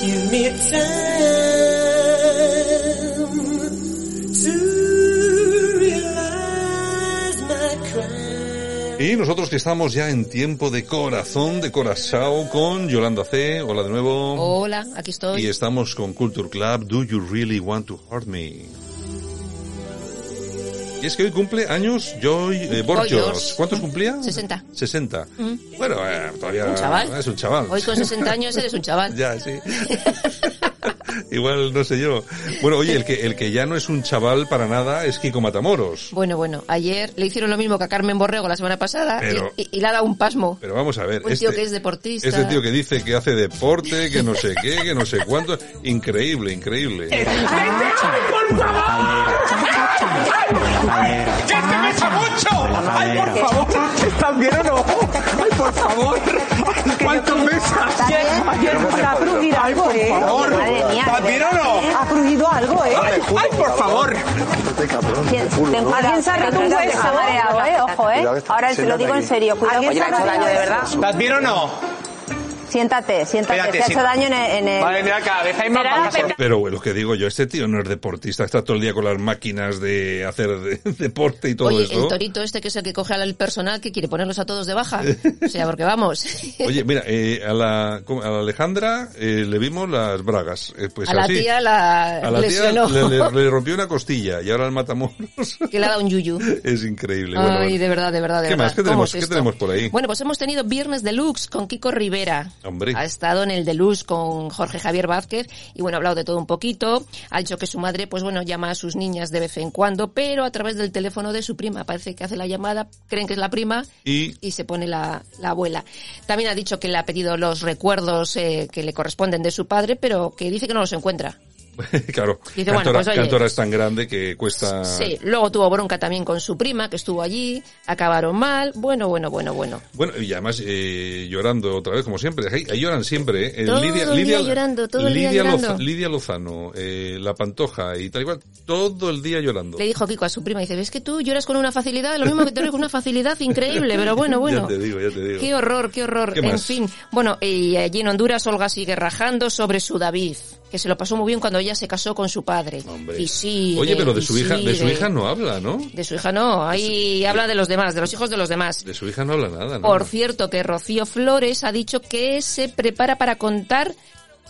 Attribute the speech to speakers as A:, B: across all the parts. A: Give me time to realize my crime.
B: Y nosotros que estamos ya en tiempo de corazón, de corazón con Yolanda C. Hola de nuevo.
C: Hola, aquí estoy.
B: Y estamos con Culture Club, Do You Really Want to Hurt Me? Y es que hoy cumple años Joy eh, Borchos.
C: Borchos.
B: ¿Cuántos cumplía?
C: 60.
B: 60. Bueno, eh, todavía
C: Mm. Un chaval.
B: es un chaval.
C: Hoy con 60 años eres un chaval.
B: Ya, sí. Igual, no sé yo. Bueno, oye, el que, el que ya no es un chaval para nada es Kiko Matamoros.
C: Bueno, bueno, ayer le hicieron lo mismo que a Carmen Borrego la semana pasada y-
B: Pero-
C: y, y le ha dado un pasmo.
B: Pero vamos a ver.
C: Un tío que es deportista.
B: Este tío que dice que hace deporte, que no sé qué, que no sé cuánto. Increíble, increíble.
D: ¡Ya te pesa mucho! ¡Ay, por favor! ¿Estás bien o no? ¡Ay, por favor! ¿Cuánto pesas?
E: También ha crujido
D: ¡Ay,
E: algo,
D: por
E: ¿eh?
D: favor!
E: Madre mía.
D: ¿Estás bien o no?
E: Ha crujido algo, ¿eh?
D: ¡Ay, ay, por favor!
E: Alguien se ha roto un hueso.
F: mareado, ¿eh? Ojo, ¿eh? Ahora te lo digo en serio. Cuidado,
E: Alguien
F: que
E: se
F: te
E: ha
F: ha hecho
E: roto
F: daño, de
E: un
F: verdad.
D: ¿Estás bien o no?
F: Siéntate, siéntate.
D: Espérate,
F: Te ha hecho
D: siéntate.
F: daño en el... en el-
D: Vale, mira, cada vez hay más
F: Espera,
D: pasos.
B: Pero lo que digo yo, este tío no es deportista, está todo el día con las máquinas de hacer de- deporte y todo
C: Oye,
B: esto.
C: el torito este que es el que coge al personal que quiere ponerlos a todos de baja. O sea, porque vamos.
B: Oye, mira, eh, a, la, ¿cómo? a la Alejandra eh, le vimos las bragas. eh, pues
C: a la
B: así.
C: tía la
B: A la tía
C: lesionó.
B: le, le- le rompió una costilla y ahora el Matamoros
C: que le ha dado un yuyu.
B: es increíble. Bueno,
C: Ay,
B: bueno.
C: de verdad, de verdad, de
B: ¿Qué
C: verdad.
B: más? ¿Qué
C: ¿Cómo
B: tenemos,
C: es
B: ¿Qué
C: esto?
B: tenemos por ahí?
C: Bueno, pues hemos tenido Viernes Deluxe con Kiko Rivera.
B: Hombre.
C: Ha estado en el Deluxe con Jorge Javier Vázquez y bueno, ha hablado de todo un poquito. Ha dicho que su madre, pues bueno, llama a sus niñas de vez en cuando, pero a través del teléfono de su prima. Parece que hace la llamada, creen que es la prima
B: Y-
C: se pone la, la abuela. También ha dicho que le ha pedido los recuerdos eh, que le corresponden de su padre, pero que dice que no los encuentra.
B: claro,
C: Dice,
B: Cantora,
C: bueno, pues, oye.
B: Cantora es tan grande que cuesta...
C: Sí, luego tuvo bronca también con su prima, que estuvo allí, acabaron mal, bueno, bueno, bueno, bueno.
B: Bueno, y además eh, llorando otra vez, como siempre. Ahí ahí lloran siempre. eh. Eh,
C: Todo el día llorando, todo el día
B: Lidia
C: llorando.
B: Loza- Lidia Lozano, eh, La Pantoja y tal y cual, todo el día llorando.
C: Le dijo Kiko a su prima, dice, ves que tú lloras con una facilidad, lo mismo que te ríes con una facilidad increíble, pero bueno, bueno.
B: Ya te digo, ya te digo.
C: Qué horror, qué horror.
B: ¿Qué
C: en
B: más?
C: fin, bueno, y allí en Honduras Olga sigue rajando sobre su David, que se lo pasó muy bien cuando ella se casó con su padre.
B: Hombre.
C: Y sí.
B: Oye, pero de su hija, de su hija no habla, ¿no?
C: De su hija no, ahí habla de los demás, de los hijos de los demás.
B: De su hija no habla nada, ¿no?
C: Por cierto, que Rocío Flores ha dicho que se prepara para contar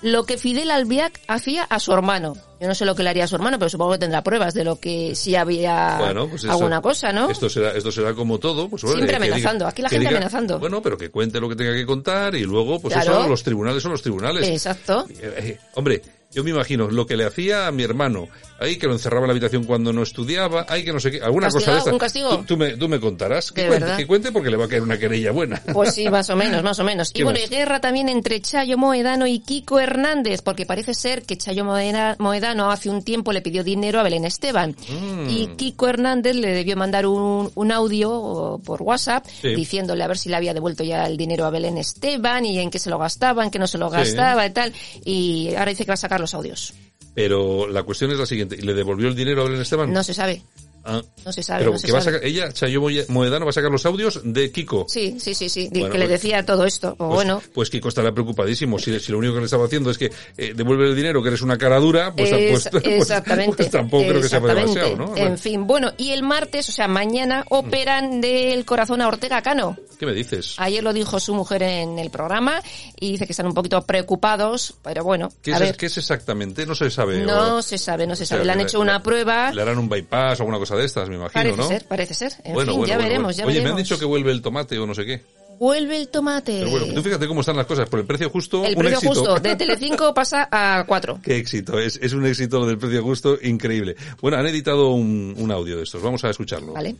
C: lo que Fidel Albiac hacía a su hermano. Yo no sé lo que le haría a su hermano, pero supongo que tendrá pruebas de lo que si había
B: Bueno, pues esto-
C: alguna cosa, ¿no?
B: Esto será, esto será como todo. Pues, bueno,
C: Siempre
B: eh, que diga-
C: amenazando, aquí la
B: que
C: gente amenazando.
B: Bueno, pero que cuente lo que tenga que contar y luego, pues
C: Claro.
B: eso, los tribunales son los tribunales.
C: Exacto.
B: Eh, eh, hombre, yo me imagino lo que le hacía a mi hermano. Ahí que lo encerraba en la habitación cuando no estudiaba. Ahí que no sé qué. Alguna cosa de
C: ¿Castigado?
B: esta.
C: ¿Un castigo?
B: Tú, tú me, tú me contarás. Que
C: De
B: cuente,
C: verdad.
B: que cuente porque le va a caer una querella buena.
C: Pues sí, más o menos, más o menos. Y
B: ¿Qué
C: bueno,
B: más?
C: y guerra también entre Chayo Moedano y Kiko Hernández, porque parece ser que Chayo Moena- Moedano hace un tiempo le pidió dinero a Belén Esteban.
B: Mm.
C: Y Kiko Hernández le debió mandar un, un audio o por WhatsApp
B: Sí.
C: diciéndole a ver si le había devuelto ya el dinero a Belén Esteban y en qué se lo gastaba, en qué no se lo gastaba y tal. Y ahora dice que va a sacar los audios.
B: Pero la cuestión es la siguiente. ¿Y le devolvió el dinero a Belén Esteban?
C: No se sabe.
B: Ah.
C: No se sabe,
B: Mm. Pero
C: no se
B: que va a
C: sabe.
B: sacar- ella, Chayo Moye- Moedano, va a sacar los audios de Kiko.
C: Sí, sí, sí, sí. di-
B: Bueno,
C: que
B: pues-
C: le decía todo esto. O
B: Pues,
C: bueno.
B: pues Kiko estará preocupadísimo. Si, si lo único que le estaba haciendo es que eh, devuelve el dinero, que eres una cara dura, pues,
C: Es-
B: pues- pues-
C: exactamente.
B: pues tampoco creo que sea
C: Exactamente.
B: demasiado, ¿no?
C: En fin, bueno, y el martes, o sea, mañana,
B: Mm.
C: operan del corazón a Ortega Cano.
B: ¿Qué me dices?
C: Ayer lo dijo su mujer en el programa y dice que están un poquito preocupados, pero bueno,
B: ¿Qué,
C: a
B: es,
C: ver.
B: qué es exactamente? No se sabe.
C: No
B: o-
C: se sabe, no se
B: o sea,
C: sabe. Le han
B: que
C: hecho una
B: le-
C: prueba.
B: Le harán un bypass o alguna cosa de estas, me imagino,
C: Parece
B: ¿no?
C: ser, parece ser. En
B: Bueno,
C: fin,
B: bueno,
C: ya
B: bueno,
C: veremos,
B: bueno.
C: ya
B: Oye,
C: veremos.
B: me han dicho que vuelve el tomate o no sé qué.
C: Vuelve el tomate.
B: Pero bueno, tú fíjate cómo están las cosas. Por el precio justo,
C: el
B: un
C: precio
B: éxito.
C: justo de Telecinco pasa a 4.
B: Qué éxito, es, es un éxito lo del precio justo, increíble. Bueno, han editado un, un audio de estos, vamos a escucharlo.
C: ¿Vale?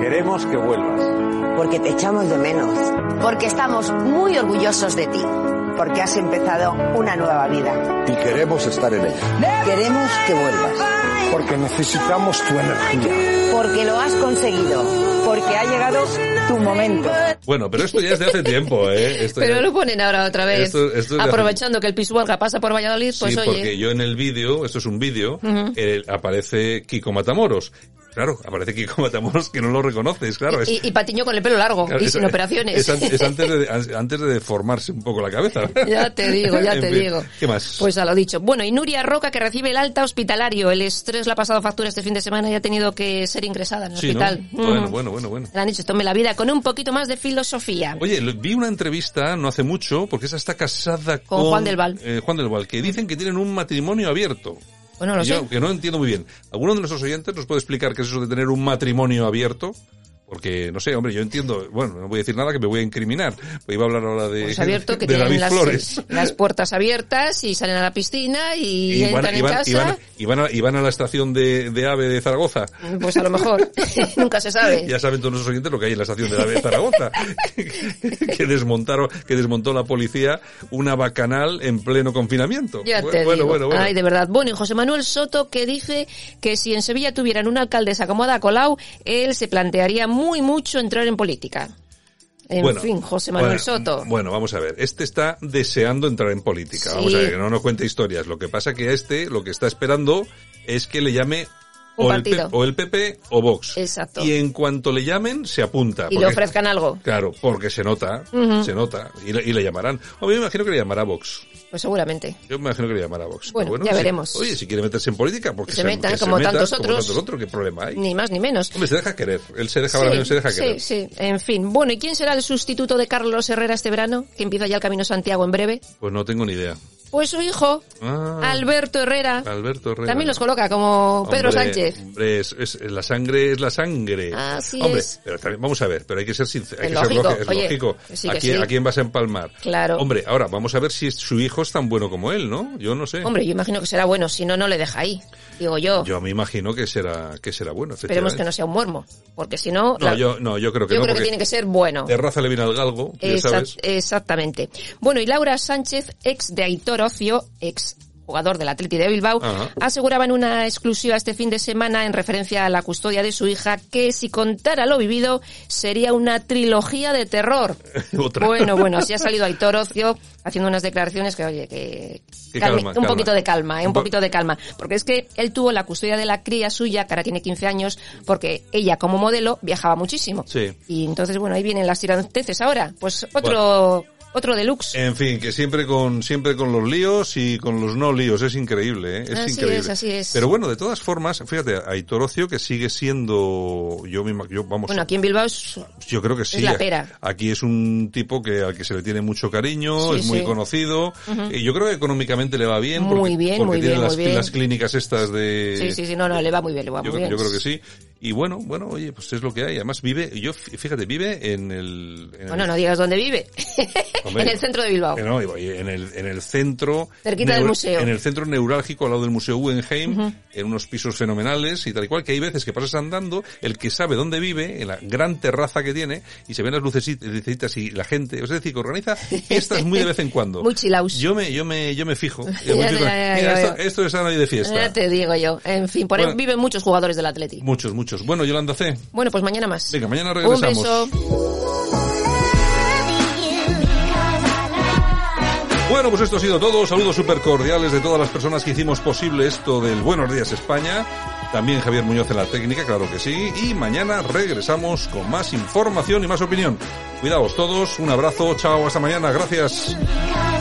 G: Queremos que vuelvas.
E: Porque te echamos de menos.
H: Porque estamos muy orgullosos de ti.
G: porque has empezado una nueva vida.
H: Y queremos estar en ella.
G: Queremos que vuelvas,
H: Porque necesitamos tu energía.
G: porque lo has conseguido, porque ha llegado tu momento.
B: Bueno, pero esto ya es de hace tiempo, ¿eh? Esto
C: Pero
B: ya-
C: lo ponen ahora otra vez.
B: Esto- esto es de-
C: Aprovechando que el Pisuerga pasa por Valladolid, pues
B: sí,
C: oye.
B: porque yo en el vídeo, esto es un vídeo,
C: Ujú.
B: eh, aparece Kiko Matamoros. Claro, aparece Kiko Matamoros que no lo reconoces, claro. es-
C: Y, y Patiño con el pelo largo
B: claro,
C: y
B: es-
C: sin operaciones.
B: Es, an- es antes, de, an- antes de deformarse un poco la cabeza.
C: Ya te digo, ya
B: En
C: te
B: fin,
C: digo.
B: ¿Qué más?
C: Pues a lo dicho. Bueno, y Nuria Roca, que recibe el alta hospitalario. El estrés la ha pasado factura este fin de semana y ha tenido que ser ingresada en el
B: Sí, ¿no?
C: hospital.
B: Bueno,
C: Mm.
B: bueno, bueno, bueno.
C: Le han dicho, tome la vida con un poquito más de filosofía.
B: Oye, lo- vi una entrevista no hace mucho, porque esa está casada con,
C: Con Juan del Val.
B: eh, Juan del Val, que dicen que tienen un matrimonio abierto.
C: Bueno, lo
B: Y yo,
C: sé.
B: que no entiendo muy bien. ¿Alguno de nuestros oyentes nos puede explicar qué es eso de tener un matrimonio abierto? Porque, no sé, hombre, yo entiendo, bueno, no voy a decir nada que me voy a incriminar. Pues iba a hablar ahora de,
C: Pues abierto, que
B: de
C: tienen
B: David
C: las,
B: Flores.
C: las puertas abiertas y salen a la piscina y,
B: Y van,
C: entran
B: y van-
C: en
B: y
C: casa.
B: van- y van a, y van a la estación de, de AVE de Zaragoza.
C: Pues a lo mejor. Nunca se sabe.
B: Ya saben todos nuestros oyentes lo que hay en la estación de la de Zaragoza, que desmontaron, que desmontó la policía una bacanal en pleno confinamiento.
C: Ya
B: Bu-
C: te
B: bueno,
C: digo.
B: bueno, bueno.
C: Ay, de verdad. Bueno, y José Manuel Soto que dice que si en Sevilla tuvieran una alcaldesa como Ada Colau, él se plantearía muy mucho entrar en política. En
B: Bueno,
C: fin, José
B: bueno,
C: Manuel Soto.
B: Bueno, vamos a ver. Este está deseando entrar en política.
C: Sí.
B: Vamos a ver, que no nos cuente historias. Lo que pasa que a este lo que está esperando es que le llame
C: Un
B: o el,
C: partido.
B: P- o el PP o Vox.
C: Exacto.
B: Y en cuanto le llamen, se apunta.
C: y le
B: porque-
C: ofrezcan algo.
B: Claro, porque se nota, se nota. Y le, y le llamarán. Hombre, yo me imagino que le llamará Vox.
C: Pues seguramente.
B: Yo me imagino que le llamará Vox.
C: Bueno,
B: Pero
C: ya
B: si-
C: veremos.
B: Oye, si quiere meterse en política, porque
C: Que se meta, como tantos
B: como
C: otros.
B: tantos otros, ¿qué problema hay?
C: Ni más ni menos.
B: Hombre, se deja querer. Él se deja, ahora mismo se deja
C: sí,
B: querer.
C: sí, en fin. Bueno, ¿y quién será el sustituto de Carlos Herrera este verano? Que empieza ya el Camino Santiago en breve.
B: Pues no tengo ni idea.
C: Pues su hijo,
B: Ah.
C: Alberto Herrera.
B: Alberto Herrera.
C: También los coloca como Pedro
B: Hombre,
C: Sánchez.
B: hombre, es, es- la sangre es la sangre.
C: Así
B: hombre,
C: es.
B: pero también, vamos a ver, pero hay que ser sincero. Hay
C: Es
B: que ser
C: lógico,
B: lógico, es
C: oye,
B: lógico.
C: que sí,
B: ¿A,
C: que
B: quién,
C: sí.
B: a quién vas a empalmar?
C: Claro.
B: Hombre, ahora vamos a ver si su hijo es tan bueno como él, ¿no? Yo no sé.
C: Hombre, yo imagino que será bueno, si no, no le deja ahí. Digo yo.
B: Yo me imagino que será, que será bueno,
C: Esperemos que no
B: efectivamente.
C: sea un muermo, porque si no...
B: No,
C: la-
B: yo, no, yo creo que
C: yo
B: no.
C: creo que
B: porque
C: tiene que ser bueno.
B: De raza le viene al galgo, ya
C: Exact-
B: sabes.
C: Exactamente. Bueno, y Laura Sánchez, ex de Aitor Ocio, ex jugador del Atleti de Bilbao,
B: Ajá.
C: aseguraba en una exclusiva este fin de semana en referencia a la custodia de su hija que si contara lo vivido sería una trilogía de terror.
B: Otra.
C: Bueno, bueno, si ha salido Aitor Ocio haciendo unas declaraciones que, oye, que...
B: Que
C: calme-
B: calma,
C: un
B: calma.
C: poquito de calma, eh, un
B: Un po-
C: poquito de calma. Porque es que él tuvo la custodia de la cría suya, que ahora tiene 15 años, porque ella como modelo viajaba muchísimo.
B: Sí.
C: Y entonces, bueno, ahí vienen las tiranteces ahora. Pues otro, otro deluxe.
B: En fin, que siempre con siempre con los líos y con los no líos, es increíble, ¿eh? es
C: Así
B: increíble.
C: es, así es.
B: Pero bueno, de todas formas, fíjate, Aitor Ocio que sigue siendo yo misma, yo vamos,
C: bueno, aquí en Bilbao es...
B: yo creo que sí.
C: la pera.
B: Aquí es un tipo que al que se le tiene mucho cariño,
C: Sí,
B: es muy
C: sí.
B: conocido y yo creo que económicamente le va bien
C: Muy
B: porque,
C: bien,
B: porque
C: muy
B: tiene
C: bien,
B: las,
C: muy bien.
B: las clínicas estas de
C: Sí, sí, sí, no, no, le va muy bien, le va
B: Eh, yo,
C: muy
B: creo-
C: bien.
B: yo creo que sí. Y bueno, bueno, oye, pues es lo que hay. Además vive, yo fíjate, vive en el, en el
C: Bueno, Pues no digas dónde vive.
B: Hombre,
C: en el centro de Bilbao.
B: eh, no, iba- en el, en el centro.
C: Cerquita del
B: neur-
C: museo.
B: En el centro neurálgico al lado del Museo Guggenheim, en unos pisos fenomenales y tal y cual, que hay veces que pasas andando, el que sabe dónde vive, en la gran terraza que tiene, y se ven las lucecitas, lucecitas y la gente. Es decir, que organiza fiestas muy de vez en cuando.
C: Muy chill out.
B: Yo me, yo me, yo me fijo.
C: Ya,
B: Yo me
C: ya,
B: fijo.
C: ya,
B: Mira,
C: ya
B: esto,
C: veo.
B: esto es Ana y de
C: Ya
B: fiesta.
C: te digo yo. En fin, por ahí
B: Bueno.
C: viven muchos jugadores del Atleti.
B: Muchos, muchos. Bueno, Yolanda C.
C: Bueno, pues mañana más.
B: Venga, mañana regresamos.
C: Un beso.
B: Bueno, pues esto ha sido todo. Saludos súper cordiales de todas las personas que hicimos posible esto del Buenos Días España. También Javier Muñoz en la técnica, claro que sí. Y mañana regresamos con más información y más opinión. Cuidaos todos, un abrazo, chao, hasta mañana, gracias.
A: Cause